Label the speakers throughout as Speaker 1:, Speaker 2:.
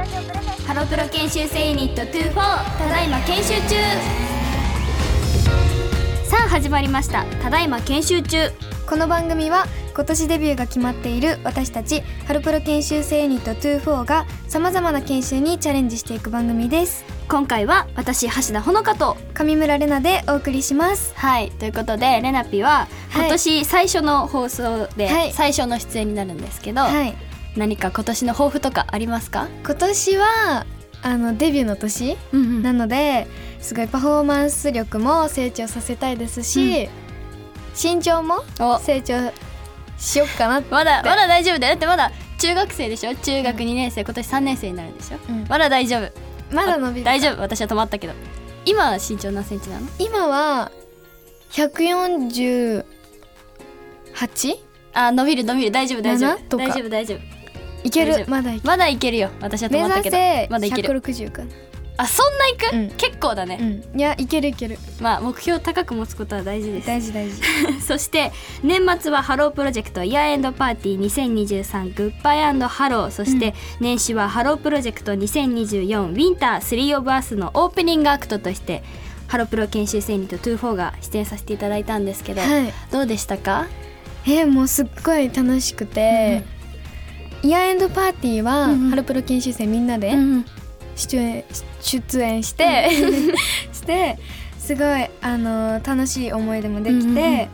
Speaker 1: ハロプロ研修生ユニット24ただいま研修中さあ始まりましたただいま研修中
Speaker 2: この番組は今年デビューが決まっている私たちハロプロ研修生ユニット24がさまざまな研修にチャレンジしていく番組です
Speaker 1: 今回は私橋田ほのかと
Speaker 2: 上村れなでお送りします
Speaker 1: はいということでレナピは
Speaker 2: は
Speaker 1: 今
Speaker 2: い
Speaker 1: 年最初の放送
Speaker 2: は
Speaker 1: で
Speaker 2: い
Speaker 1: 最初の出演になるんですけど、
Speaker 2: はい
Speaker 1: 何か今年の抱負とかありますか、
Speaker 2: 今年はあのデビューの年
Speaker 1: うん
Speaker 2: なのですごいパフォーマンス力も成長させたいですし、身長も
Speaker 1: お
Speaker 2: 成長しよっかなって
Speaker 1: まだまだ大丈夫だよだってまだ中学生でしょ中学2年生、今年3年生になるでしょ、
Speaker 2: うん
Speaker 1: まだ大丈夫
Speaker 2: まだ伸びる
Speaker 1: 大丈夫私は止まったけど今身長何センチなの
Speaker 2: 今は148
Speaker 1: あ伸びる伸びる大丈夫大丈
Speaker 2: 7
Speaker 1: 夫
Speaker 2: とか
Speaker 1: 大丈夫大丈夫
Speaker 2: いけ
Speaker 1: 大丈
Speaker 2: る
Speaker 1: 夫
Speaker 2: まだいける
Speaker 1: まだいけるよ私は
Speaker 2: 目
Speaker 1: 止まった
Speaker 2: 指
Speaker 1: けど
Speaker 2: せ
Speaker 1: まだいける
Speaker 2: 160かな
Speaker 1: あそんないく、
Speaker 2: うん
Speaker 1: 結構だ
Speaker 2: う
Speaker 1: ね、
Speaker 2: んいやいけるいける
Speaker 1: まあ目標を高く持つことは大事です
Speaker 2: 大事大事
Speaker 1: そして年末はハロープロジェクトイヤーエンドパーティー2023グッバイハローそして年始はハロープロジェクト2024ウィンター3オブアスのオープニングアクトとしてハロプロ研修生ユニット24が出演させていただいたんですけど、
Speaker 2: はい
Speaker 1: どうでしたか
Speaker 2: えーもうすっごい楽しくて、イヤーエンドパーティーは、
Speaker 1: うんうん
Speaker 2: ハロプロ研修生みんなで
Speaker 1: うん
Speaker 2: 出演出演して してすごいあの楽しい思い出もできて、
Speaker 1: うんうんうん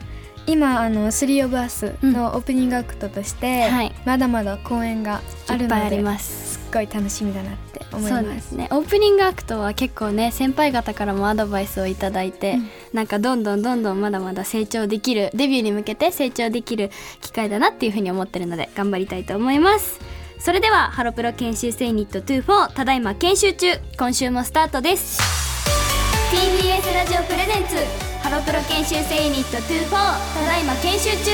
Speaker 2: 今あの「スリー・オブ・アス」のオープニングアクトとして、
Speaker 1: はい
Speaker 2: まだまだ公演があ
Speaker 1: い
Speaker 2: る
Speaker 1: っぱい
Speaker 2: の
Speaker 1: あり
Speaker 2: で
Speaker 1: ます
Speaker 2: すっごい楽しみだなって思い
Speaker 1: そ
Speaker 2: ま
Speaker 1: う
Speaker 2: す。
Speaker 1: ですねオープニングアクトは結構ね先輩方からもアドバイスをいただいて、
Speaker 2: うん
Speaker 1: なんかどんどんどんどんまだまだ成長できるデビューに向けて成長できる機会だなっていうふうに思ってるので頑張りたいと思いますそれではハロプロ研修生ユニット24ただいま研修中今週もスタートです TBS ラジオプレゼンツハロプロ研修生ユニット24ただいま研修中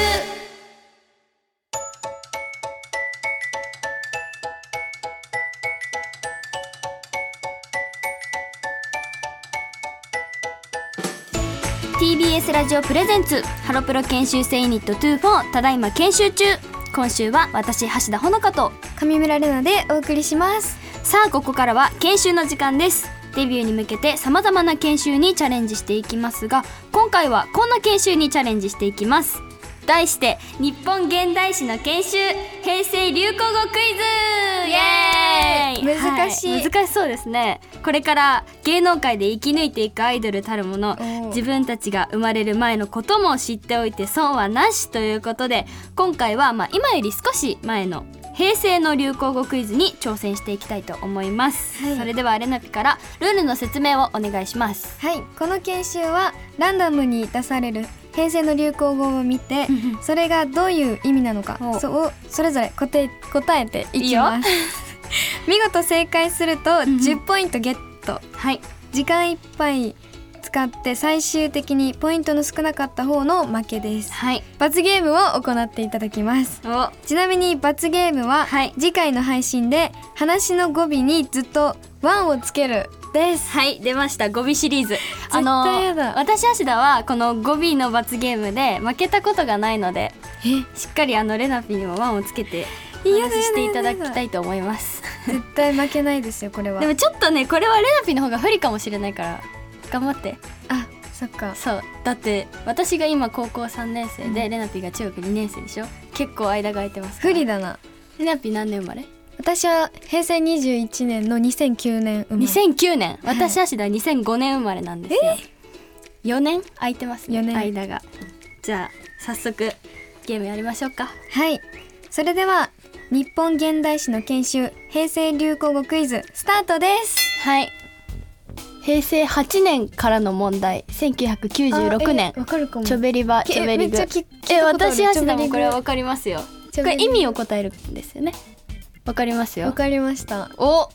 Speaker 1: 「TBS ラジオプレゼンツハロプロ研修生ユニット24ただいま研修中」今週は私橋田ほのかと
Speaker 2: 上村れなでお送りします。
Speaker 1: さあここからは研修の時間ですデビューに向けてさまざまな研修にチャレンジしていきますが今回はこんな研修にチャレンジしていきます題して日本現代史の研修平成流行語クイズイエーイ
Speaker 2: 難しい
Speaker 1: は難しそうですねこれから芸能界で生き抜いていくアイドルたるもの
Speaker 2: おう
Speaker 1: 自分たちが生まれる前のことも知っておいて損はなしということで今回はまあ今より少し前の平成の流行語クイズに挑戦していきたいと思います、
Speaker 2: はい
Speaker 1: それではレナピからルールの説明をお願いし ます
Speaker 2: はい、この研修はランダムに出される平成の流行語を見て
Speaker 1: うんうん
Speaker 2: それがどういう意味なのか
Speaker 1: お
Speaker 2: そうそれぞれ答え答えていきます 見事正解すると
Speaker 1: んうん
Speaker 2: 10ポイントゲット、
Speaker 1: はい
Speaker 2: 時間いっぱい使って最終的にポイントの少なかった方の負けです
Speaker 1: はい
Speaker 2: 罰ゲームを行っていただきます
Speaker 1: お
Speaker 2: ちなみに罰ゲームは
Speaker 1: はい
Speaker 2: 次回の配信で話の語尾にずっと「ワン」をつけるです
Speaker 1: はい出ました語尾シリーズあの
Speaker 2: 絶対やだ
Speaker 1: 私芦田はこの語尾の罰ゲームで負けたことがないので
Speaker 2: え
Speaker 1: しっかりあのレナピにもワンをつけて
Speaker 2: いや
Speaker 1: お話ししていただきたいと思います
Speaker 2: 絶対負けないですよこれは
Speaker 1: でもちょっとねこれはレナピの方が不利かもしれないから頑張って
Speaker 2: あそっか
Speaker 1: そうだって私が今高校3年生で、
Speaker 2: うん
Speaker 1: レナピが中学2年生でしょ結構間が空いてますから
Speaker 2: 不利だな
Speaker 1: レナピ何年生まれ、
Speaker 2: 私は平成21年の2009年生まれ
Speaker 1: 2009年私芦田2005年生まれなんですよ、4年空いてますね
Speaker 2: 四年
Speaker 1: 間がじゃあ早速ゲームやりましょうか
Speaker 2: はいそれでは日本現代史の研修平成流行語クイズスタートです
Speaker 1: はい平成8年からの問題1996年
Speaker 2: わかるかも
Speaker 1: チョベリバチョベリグ
Speaker 2: めっちゃ聞聞い
Speaker 1: え
Speaker 2: たことある
Speaker 1: 私芦田
Speaker 2: チョベリ
Speaker 1: も
Speaker 2: グ
Speaker 1: これわかりますよ
Speaker 2: チョ
Speaker 1: こ
Speaker 2: ベ
Speaker 1: れ
Speaker 2: リグ
Speaker 1: 意味を答えるんですよねわかりますよ
Speaker 2: わかりました
Speaker 1: お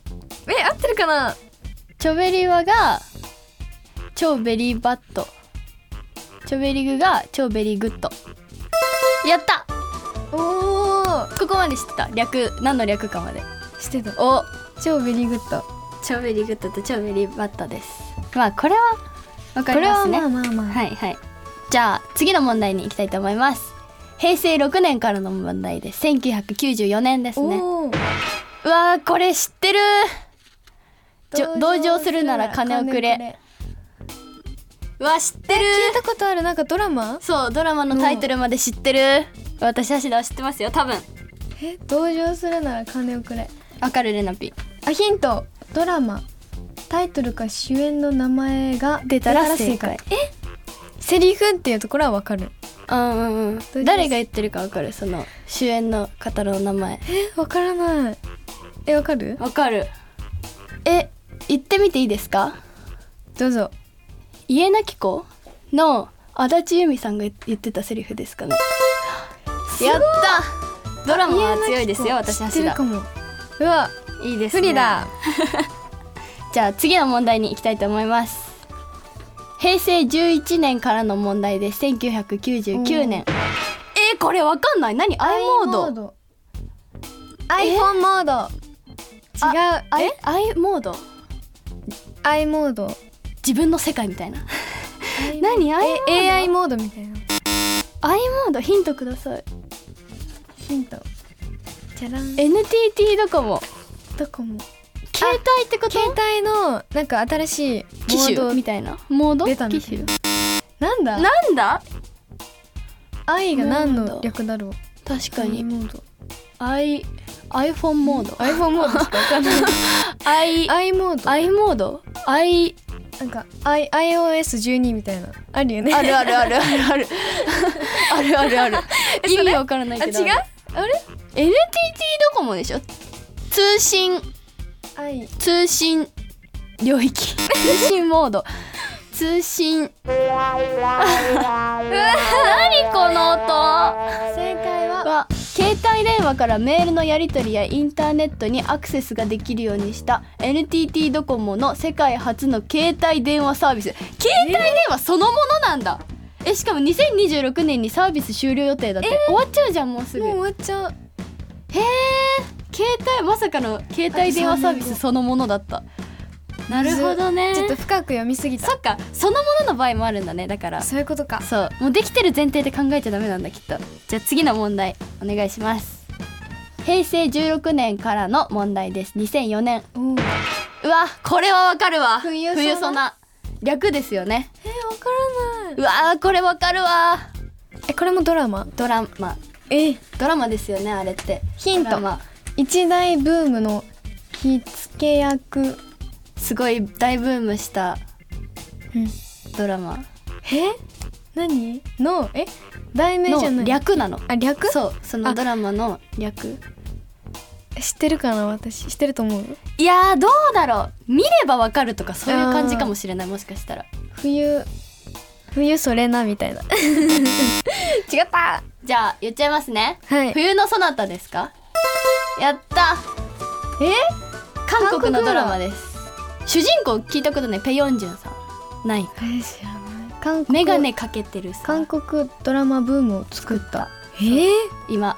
Speaker 2: え合ってるかな
Speaker 1: チョベリワが超ベリーバットチョベリグが超ベリーグッドやった
Speaker 2: おー
Speaker 1: ここまで知ってた略何の略かまで
Speaker 2: してた
Speaker 1: お
Speaker 2: 超ベリーグッド
Speaker 1: 超ベリーグッドと超ベリーバットですまあこれはわかりますね
Speaker 2: これはまあまあまあ
Speaker 1: はいはいじゃあ次の問題に行きたいと思います平成6年からの問題です1994年ですね
Speaker 2: おー
Speaker 1: うわーこれ知ってるじょ同情するなら金をくれ
Speaker 2: 金
Speaker 1: うわ知ってる
Speaker 2: 聞いたことあるなんかドラマ
Speaker 1: そうドラマのタイトルまで知ってる私芦田は知ってますよ多分
Speaker 2: え同情するなら金をくれ
Speaker 1: わかるレナピ
Speaker 2: あヒントドラマタイトルか主演の名前が
Speaker 1: 出たら正解
Speaker 2: えセリフっていうところはわかる
Speaker 1: うんうん
Speaker 2: う
Speaker 1: うんん誰が言ってるかわかるその主演の方の名前
Speaker 2: えわからないえわかる
Speaker 1: わかるえ言ってみていいですか
Speaker 2: どうぞ
Speaker 1: 家なき子の足立由美さんが言ってたセリフですかねやったドラマは強いですよ私
Speaker 2: 知っ
Speaker 1: 芦
Speaker 2: てる
Speaker 1: 田
Speaker 2: かもうわ
Speaker 1: いいです
Speaker 2: 不
Speaker 1: ね
Speaker 2: 利だ
Speaker 1: じゃあ次の問題に行きたいと思います平成11年からの問題です1999年えー、これわかんない何 i モード
Speaker 2: iPhone モード違う
Speaker 1: あ
Speaker 2: え
Speaker 1: え i モード
Speaker 2: i モード
Speaker 1: 自分の世界みたいな何 i モード
Speaker 2: え AI モードみたいな
Speaker 1: i モードヒントください
Speaker 2: ヒントじゃらん
Speaker 1: NTT ドコモ
Speaker 2: どこも
Speaker 1: 携帯ってこと
Speaker 2: 携帯のなんか新しいモ
Speaker 1: 機
Speaker 2: ー
Speaker 1: 種
Speaker 2: ド
Speaker 1: みたいなモード
Speaker 2: 出たみ
Speaker 1: 機
Speaker 2: たい
Speaker 1: 種
Speaker 2: ななんだ
Speaker 1: なんだ
Speaker 2: 愛が何
Speaker 1: モード
Speaker 2: の略だろう
Speaker 1: 確か
Speaker 2: i
Speaker 1: に
Speaker 2: モード
Speaker 1: i iPhone モード
Speaker 2: iPhone モ ードしかわかんない
Speaker 1: i
Speaker 2: i モード
Speaker 1: i モード i
Speaker 2: なんか i iOS12 みたいなあるよね
Speaker 1: あ るあるあるあるあるあるあるある
Speaker 2: え
Speaker 1: 意
Speaker 2: それ
Speaker 1: 味わからないけど
Speaker 2: あ違う
Speaker 1: あれ NTT ドコモでしょ通信
Speaker 2: i
Speaker 1: 通信領域通信モード通信 うわ何この音
Speaker 2: 正解は
Speaker 1: は携帯電話からメールのやり取りやインターネットにアクセスができるようにした NTT ドコモの世界初の携帯電話サービス携帯電話そのものなんだえしかも2026年にサービス終了予定だって、終わっちゃうじゃんもうすぐ
Speaker 2: もう終わっちゃう
Speaker 1: へえ携帯まさかの携帯電話サービスそのものだったなるほどね
Speaker 2: ちょっと深く読みすぎた
Speaker 1: そっかそのものの場合もあるんだねだから
Speaker 2: そういうことか
Speaker 1: そうもうできてる前提で考えちゃダメなんだきっとじゃあ次の問題お願いします平成16年からの問題です2004年
Speaker 2: おー
Speaker 1: うわこれはわかるわ
Speaker 2: 冬ソナ
Speaker 1: ソナ略ですよね
Speaker 2: えわからないう
Speaker 1: わーこれわかるわ
Speaker 2: えこれもドラマ
Speaker 1: ドラマ
Speaker 2: え
Speaker 1: ドラマですよねあれって
Speaker 2: ヒン
Speaker 1: ド
Speaker 2: ト
Speaker 1: ラマ
Speaker 2: 一大ブームの火付け役え
Speaker 1: すごい大ブームしたドラマ
Speaker 2: 何のえ題名じゃな
Speaker 1: の
Speaker 2: い
Speaker 1: 略なの
Speaker 2: あ略
Speaker 1: そうその
Speaker 2: あ
Speaker 1: ドラマの略
Speaker 2: 知ってるかな私知ってると思う
Speaker 1: いやーどうだろう見ればわかるとかそういう感じかもしれないもしかしたら
Speaker 2: 冬冬それなみたいな違った
Speaker 1: じゃあ言っちゃいますね、
Speaker 2: はい
Speaker 1: 冬のそなたですかやった
Speaker 2: え
Speaker 1: 韓国の
Speaker 2: 韓国ドラマ
Speaker 1: ドラマです主人公聞いたことないペヨンジュンさんない
Speaker 2: え知らない韓国
Speaker 1: メガネかけてるさ
Speaker 2: 韓国ドラマブームを作ったえ
Speaker 1: 今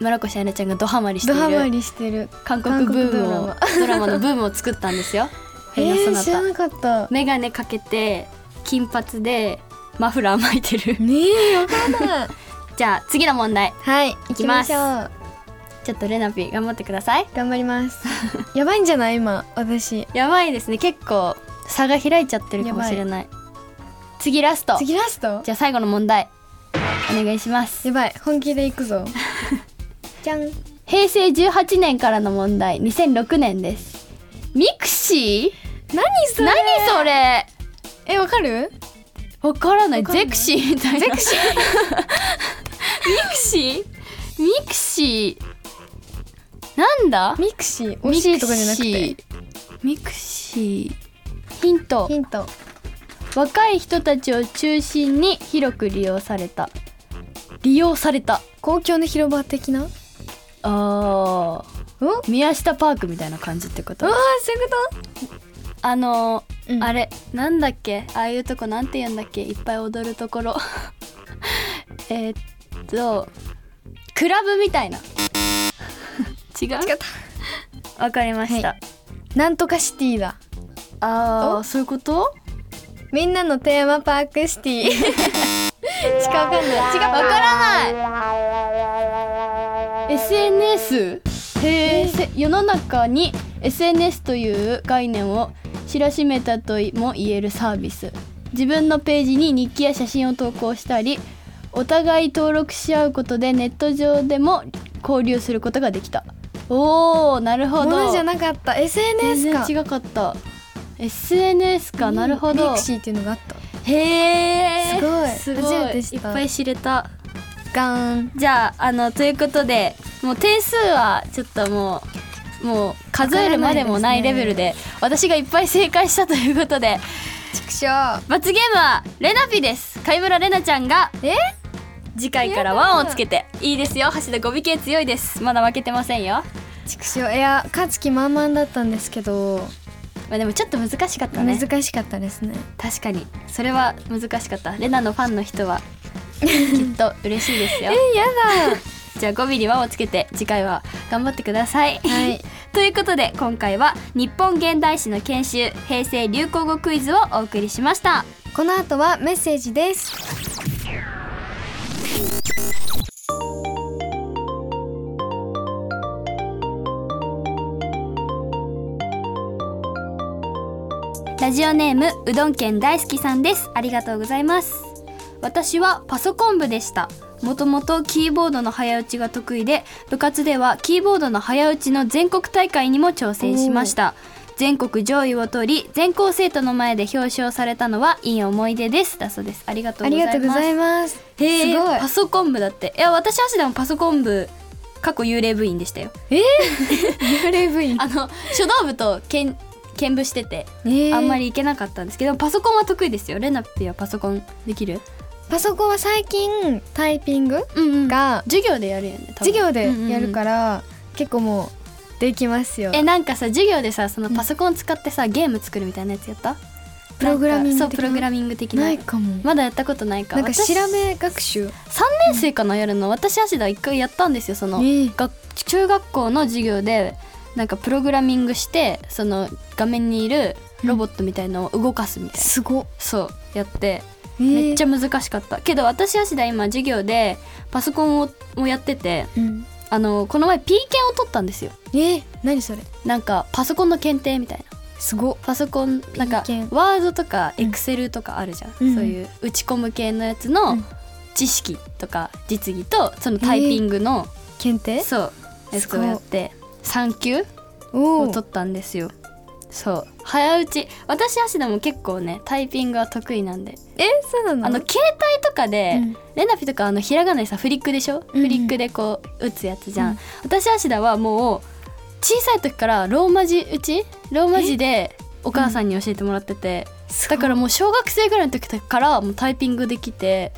Speaker 1: 村越彩菜ちゃんがドハマりして
Speaker 2: ド
Speaker 1: い
Speaker 2: ハマ
Speaker 1: る
Speaker 2: りしてる
Speaker 1: 韓国ブームをド
Speaker 2: 韓
Speaker 1: ラマのブームを作ったんですよ
Speaker 2: え
Speaker 1: 冬の
Speaker 2: ー、知
Speaker 1: そな
Speaker 2: ら
Speaker 1: た、
Speaker 2: なかった
Speaker 1: メガネかけて金髪でマフラー巻いてる
Speaker 2: ねえわかんない
Speaker 1: じゃあ次の問題
Speaker 2: はい行きましょう
Speaker 1: 行ちょっとレナピー頑張ってください
Speaker 2: 頑張ります やばいんじゃない今私
Speaker 1: やばいですね結構差が開いちゃってるかもしれない次ラスト
Speaker 2: 次ラスト
Speaker 1: じゃあ最後の問題お願いします
Speaker 2: やばい本気で行く ぞじゃん
Speaker 1: 平成18年からの問題2006年ですミクシー
Speaker 2: 何それ
Speaker 1: 何それ
Speaker 2: えわかる
Speaker 1: わからない
Speaker 2: わかんない
Speaker 1: ゼクシーみたいなゼクシー ミクシーミクシーなんだ
Speaker 2: ミクシー惜しいとかじゃなくて
Speaker 1: ミクシーミクシーヒント
Speaker 2: ヒント
Speaker 1: 若い人たちを中心に広く利用された利用された
Speaker 2: 公共の広場的な
Speaker 1: あ
Speaker 2: おうわ
Speaker 1: ー宮下パークみたいな感じってこ
Speaker 2: ー
Speaker 1: と
Speaker 2: そういうこ
Speaker 1: あのー
Speaker 2: うん
Speaker 1: あれなんだっけああいうとこなんて言うんだっけいっぱい踊るところ えーっとクラブみたいな 違う
Speaker 2: と違っ
Speaker 1: わかりました、
Speaker 2: はたなんとかシティだ
Speaker 1: ああ
Speaker 2: お
Speaker 1: そういうこと
Speaker 2: みんなのテーマパークシティしかわかんない違う
Speaker 1: わからない SNS へえ、せ世の中に
Speaker 3: SNS という概念を知らしめたとも言えるサービス自分のページに日記や写真を投稿したりお互い登録し合うことでネット上でも交流することができたおーなるほ
Speaker 2: も
Speaker 3: ど
Speaker 2: のじゃなかった SNS
Speaker 3: 全
Speaker 2: か
Speaker 3: 然違かった SNS かなるほど
Speaker 2: ミクシーっていうのがあった
Speaker 1: へえ
Speaker 2: すごい
Speaker 1: すごい
Speaker 2: 初めて知った
Speaker 1: いっぱい知れた
Speaker 2: ガーン
Speaker 1: じゃああのということでもう点数はちょっともうもう数えるまでもないレベルで私がいっぱい正解したということで
Speaker 2: 畜生
Speaker 1: 罰ゲームはレナピです貝村レナちゃんが
Speaker 2: え
Speaker 1: 次回からワンをつけていいですよ橋田5匹強いですまだ負けてませんよ
Speaker 2: 畜生いや勝つ気満々だったんですけど、
Speaker 1: まあでもちょっと難しかったね
Speaker 2: 難しかったですね
Speaker 1: 確かにそれは難しかったレナのファンの人 はきっと嬉しいですよ
Speaker 2: や
Speaker 1: じゃあ5ミリ輪をつけて次回は頑張ってください。
Speaker 2: だはい
Speaker 1: ということで今回は日本現代史の研修平成流行語クイズをお送りしました。
Speaker 2: この後はメッセージです
Speaker 1: ラジオネームうどん県大好きさんですありがとうございます私はパソコン部でしたもともとキーボードの早打ちが得意で部活ではキーボードの早打ちの全国大会にも挑戦しました全国上位を取り全校生徒の前で表彰されたのはいい思い出ですだそうですありがと
Speaker 2: あ
Speaker 1: うござ
Speaker 2: り
Speaker 1: います
Speaker 2: がとうございます
Speaker 1: へー
Speaker 2: すごい
Speaker 1: パソコン部だっていや私足でもパソコン部過去幽霊部員でしたよ
Speaker 2: 幽霊部員
Speaker 1: あの書道部と兼兼部しててあんま
Speaker 2: り
Speaker 1: り行けなかったんですけどパソコンは得意ですよレナピはパソコンできる
Speaker 2: パソコンは最近タイピング
Speaker 1: うんうん
Speaker 2: が
Speaker 3: 授業でやるよね多分
Speaker 2: 授業でやるから結構もうできますよ
Speaker 1: えなんかさ授業でさそのパソコン使ってさゲーム作るみたいなやつやった
Speaker 2: プログラミング
Speaker 1: なんかそ
Speaker 2: 的な
Speaker 1: うプログラミング的な
Speaker 2: ないかも
Speaker 1: まだやったことないか
Speaker 2: なんか
Speaker 1: 私
Speaker 2: 調べ学習
Speaker 1: 3年生かなやるの私足田一回やったんですよその、
Speaker 2: ええ
Speaker 1: 学中学校の授業でなんかプログラミングしてその画面にいるロボットみたいのを動かすみたいな、
Speaker 2: すご
Speaker 1: そうやってめ
Speaker 2: め
Speaker 1: っちゃ難しかったけど私足田今授業でパソコンををやってて
Speaker 2: うん
Speaker 1: あのこの前 P 検を取ったんですよ
Speaker 2: えー何それ
Speaker 1: なんかパソコンの検定みたいな
Speaker 2: すご
Speaker 1: パソコンなんか
Speaker 2: 検
Speaker 1: ワードとかエクセルとかあるじゃん、
Speaker 2: うん
Speaker 1: そういう打ち込む系のやつ
Speaker 2: う
Speaker 1: の
Speaker 2: ん
Speaker 1: 知識とか実技とそのタイピングの、
Speaker 2: 検定
Speaker 1: そうやつをやって3級
Speaker 2: お
Speaker 1: を
Speaker 2: お
Speaker 1: 取ったんですよそう早打ち私足田も結構ねタイピングは得意なんで
Speaker 2: えそうな
Speaker 1: あの
Speaker 2: の
Speaker 1: 携帯とかで、
Speaker 2: うん
Speaker 1: レナピとかあのひらがなでさフリックでしょ、
Speaker 2: うん
Speaker 1: フリックでこう打つやつじゃん、
Speaker 2: うん
Speaker 1: 私芦田はもう小さい時からローマ字打ちローマ字でお母さんに教えてもらってて、
Speaker 2: すごい
Speaker 1: だからもう小学生ぐらいの時からもうタイピングできて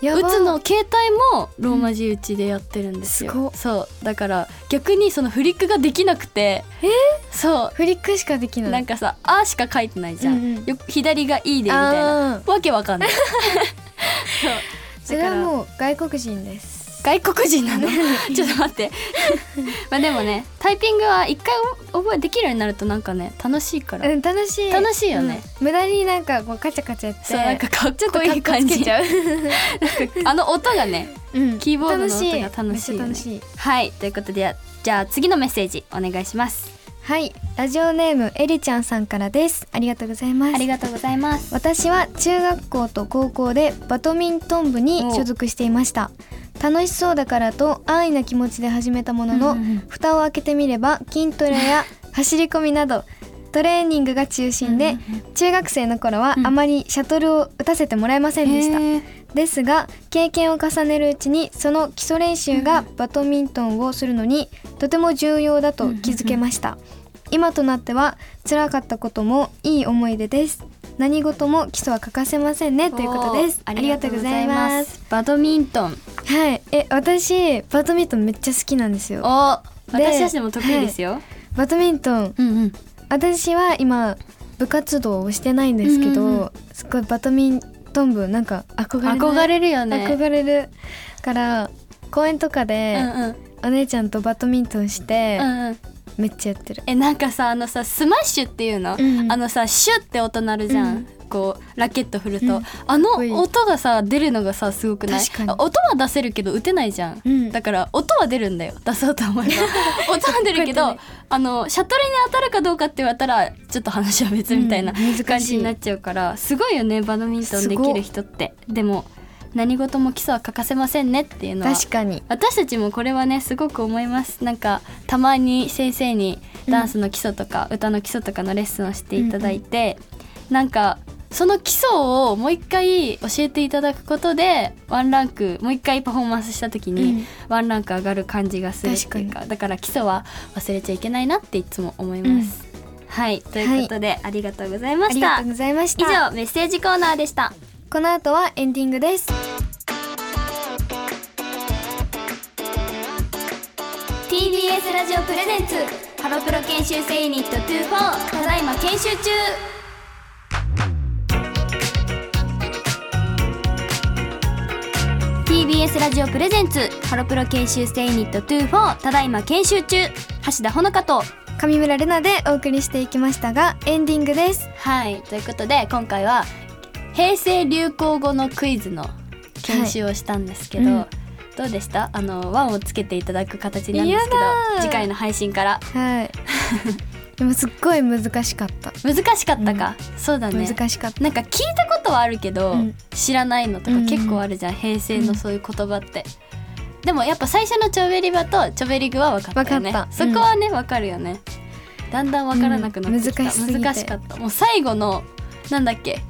Speaker 2: や
Speaker 1: 打
Speaker 2: ば
Speaker 1: つの携帯もローマ字打ちでやってるんですよ、
Speaker 2: うんすごっ
Speaker 1: そうだから逆にそのフリックができなくて
Speaker 2: え
Speaker 1: そ
Speaker 2: フリックしかでき
Speaker 1: う
Speaker 2: ない
Speaker 1: なんかさ「あ」しか書いてないじゃん、
Speaker 2: うんうん
Speaker 1: よ左が「い」でみたいな
Speaker 2: あー
Speaker 1: わけわかんない そう
Speaker 2: それはもう外国人です
Speaker 1: 外国人 なのちょっと待って まあでもねタイピングは一回覚えできるようになるとなんかね楽しいから、
Speaker 2: うん楽しい
Speaker 1: 楽しいよね
Speaker 2: うん無駄になんかこうカチャカチャやって
Speaker 1: そうなんかかっこいい
Speaker 2: かっ
Speaker 1: 感
Speaker 2: こつけ
Speaker 1: じ
Speaker 2: ちゃう
Speaker 1: あの音がね
Speaker 2: うん
Speaker 1: キーボードの音が楽しいよね
Speaker 2: 楽しいめっちゃ楽しい
Speaker 1: はいということでじゃあ次のメッセージお願いします
Speaker 2: はいラジオネームえりちゃんさんからですありがとうございます
Speaker 1: ありがとうございます
Speaker 2: 私は中学校と高校でバドミントン部に所属していました楽しそうだからと安易な気持ちで始めたものの、
Speaker 1: うんうんうん
Speaker 2: 蓋を開けてみれば筋トレ や走り込みなどトレーニングが中心で、中学生の頃は
Speaker 1: うん
Speaker 2: あまりシャトルを打たせてもらえませんでした、ですが経験を重ねるうちにその基礎練習がバドミントンをするのにとても重要だと気づけました今となっては辛かったこともいい思い出です何事も基礎は欠かせませんねということですありがとうございます
Speaker 1: バドミントン
Speaker 2: はいえ私バドミントンめっちゃ好きなんです
Speaker 1: お
Speaker 2: よ
Speaker 1: 私たちでも得意ですよ、
Speaker 2: バドミントン
Speaker 1: うんうん
Speaker 2: 私は今部活動をしてないんですけど、
Speaker 1: うんうんうん
Speaker 2: すごいバドミントン部なんか憧れない
Speaker 1: 憧れるよね
Speaker 2: 憧れるから公園とかで、
Speaker 1: うんうん
Speaker 2: お姉ちゃんとバドミントンして、
Speaker 1: うんうん
Speaker 2: めっちゃやってる
Speaker 1: えなんかさあのさスマッシュっていうの、
Speaker 2: うん
Speaker 1: あのさシュって音鳴るじゃん、
Speaker 2: うん
Speaker 1: こうラケット振ると、あの
Speaker 2: こいい
Speaker 1: 音がさ出るのがさすごくない
Speaker 2: 確かに
Speaker 1: 音は出せるけど打てないじゃん、
Speaker 2: うん
Speaker 1: だから音は出るんだよ出そうと 思えば音は出るけ
Speaker 2: こうや
Speaker 1: ど、
Speaker 2: ってね
Speaker 1: あのシャトルに当たるかどうかって言われたらちょっと話は別みたいな
Speaker 2: うん難しい
Speaker 1: 感じになっちゃうから、すごいよねバドミントンです
Speaker 2: ご
Speaker 1: き
Speaker 2: い
Speaker 1: る人ってでも何事も基礎は欠かせませんねっていうのは
Speaker 2: 確かに
Speaker 1: 私たちもこれはねすごく思いますなんかたまに先生にダンスの基礎とか、歌の基礎とかのレッスンをしていただいて、なんかその基礎をもう一回教えていただくことでワンランクもう一回パフォーマンスした時
Speaker 2: うん
Speaker 1: にワンランク上がる感じがするっていう
Speaker 2: 確
Speaker 1: か,、だから基礎は忘れちゃいけないなっていつも思います。はいということで、ありがとうございま
Speaker 2: あり
Speaker 1: した
Speaker 2: がとうございまし
Speaker 1: 以
Speaker 2: た
Speaker 1: 上メッセージコーナーでした。
Speaker 2: この後はエンディングです
Speaker 1: TBS ラジオプレゼンツハロプロ研修生ユニット24ただいま研修中ラジオプレゼンツハロプロ研修生ユニット24ただいま研修中橋田ほのかと
Speaker 2: 上村れなでお送りしていきましたがエンディングです
Speaker 1: はいということで今回は平成流行語のクイズの研修をしたんですけど、
Speaker 2: はいうん
Speaker 1: どうでしたあのワンをつけていただく形なんですけど
Speaker 2: やだー
Speaker 1: 次回の配信から
Speaker 2: はい でもすっごい難しかった
Speaker 1: 難しかったか、そうだね
Speaker 2: 難しかった
Speaker 1: なんか聞いたことはあるけど、
Speaker 2: うん
Speaker 1: 知らないのとか結構あるじゃん、平成のそういう言葉って、でもやっぱ最初のチョベリバとチョベリグは分かったよね
Speaker 2: 分かった
Speaker 1: そこはね分かるよねだんだん分からなくなってきた、
Speaker 2: うん難しすぎて
Speaker 1: 難しかったもう最後のなんだっけ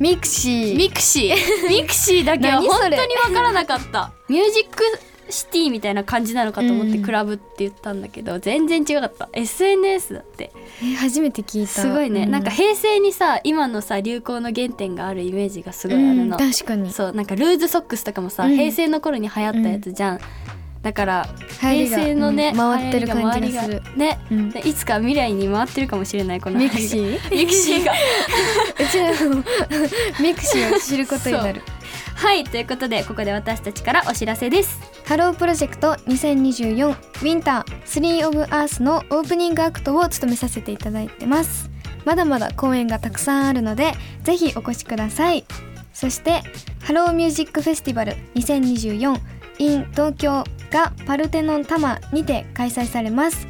Speaker 2: ミクシー
Speaker 1: ミクシ ーミクシーだけは
Speaker 2: 何そ
Speaker 1: 本当
Speaker 2: れ
Speaker 1: に分からなかったミュージックシティみたいな感じなのかと思って
Speaker 2: うん
Speaker 1: クラブって言ったんだけど、全然違かった SNS だって
Speaker 2: え初めて聞いた
Speaker 1: すごいね、
Speaker 2: う
Speaker 1: なんか平成にさ今のさ流行の原点があるイメージがすごいあるの、
Speaker 2: うん確かに
Speaker 1: そうなんかルーズソックスとかもさ、
Speaker 2: うん
Speaker 1: 平成の頃に流行ったやつじゃん、だから平
Speaker 2: 流行りが
Speaker 1: 成のね、
Speaker 2: うん回ってる
Speaker 1: 流行り
Speaker 2: 感じがする
Speaker 1: 周りね、
Speaker 2: うん
Speaker 1: でいつか未来に回ってるかもしれないこの
Speaker 2: ミクシー
Speaker 1: ーミクシーが
Speaker 2: うちらもミクシーを知ることになる
Speaker 1: はいということでここで私たちからお知らせです
Speaker 2: ハロープロジェクト2024ウィンター3オブアースのオープニングアクトを務めさせていただいてますまだまだ公演がたくさんあるのでぜひお越しくださいそしてハローミュージックフェスティバル 2024in 東京がパルテノン多摩にて開催されます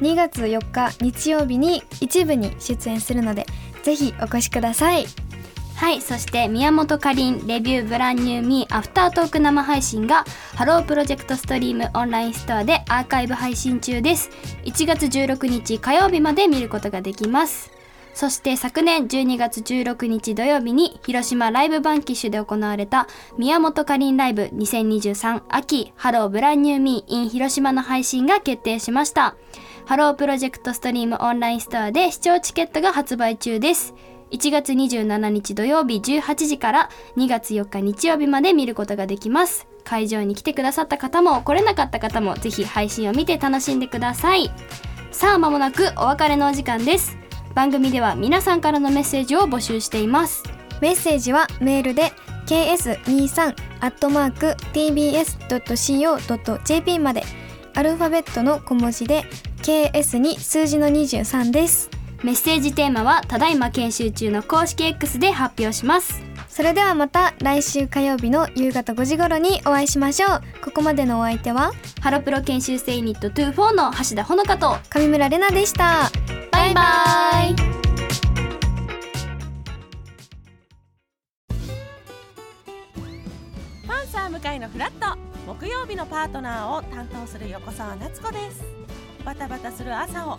Speaker 2: 2月4日日曜日に一部に出演するのでぜひお越しください
Speaker 1: はいそして宮本かりんレビューブランニューミーアフタートーク生配信がハロープロジェクトストリームオンラインストアでアーカイブ配信中です1月16日火曜日まで見ることができますそして昨年12月16日土曜日に広島ライブバンキッシュで行われた宮本かりんライブ2023秋ハローブランニューミー in 広島の配信が決定しましたハロープロジェクトストリームオンラインストアで視聴チケットが発売中です1月27日土曜日18時から2月4日日曜日まで見ることができます会場に来てくださった方も来れなかった方もぜひ配信を見て楽しんでくださいさあ間もなくお別れのお時間です番組では皆さんからのメッセージを募集しています
Speaker 2: メッセージはメールで ks23 アットマーク tbs.co.jp までアルファベットの小文字で ks に数字の23です
Speaker 1: メッセージテーマはただいま研修中の公式 X で発表します
Speaker 2: それではまた来週火曜日の夕方5時頃にお会いしましょうここまでのお相手は
Speaker 1: ハロプロ研修生ユニット24の橋田ほのかと
Speaker 2: 上村れなでした
Speaker 1: バイバイ
Speaker 4: パンサー向かいのフラット木曜日のパートナーを担当する横澤夏子ですバタバタする朝を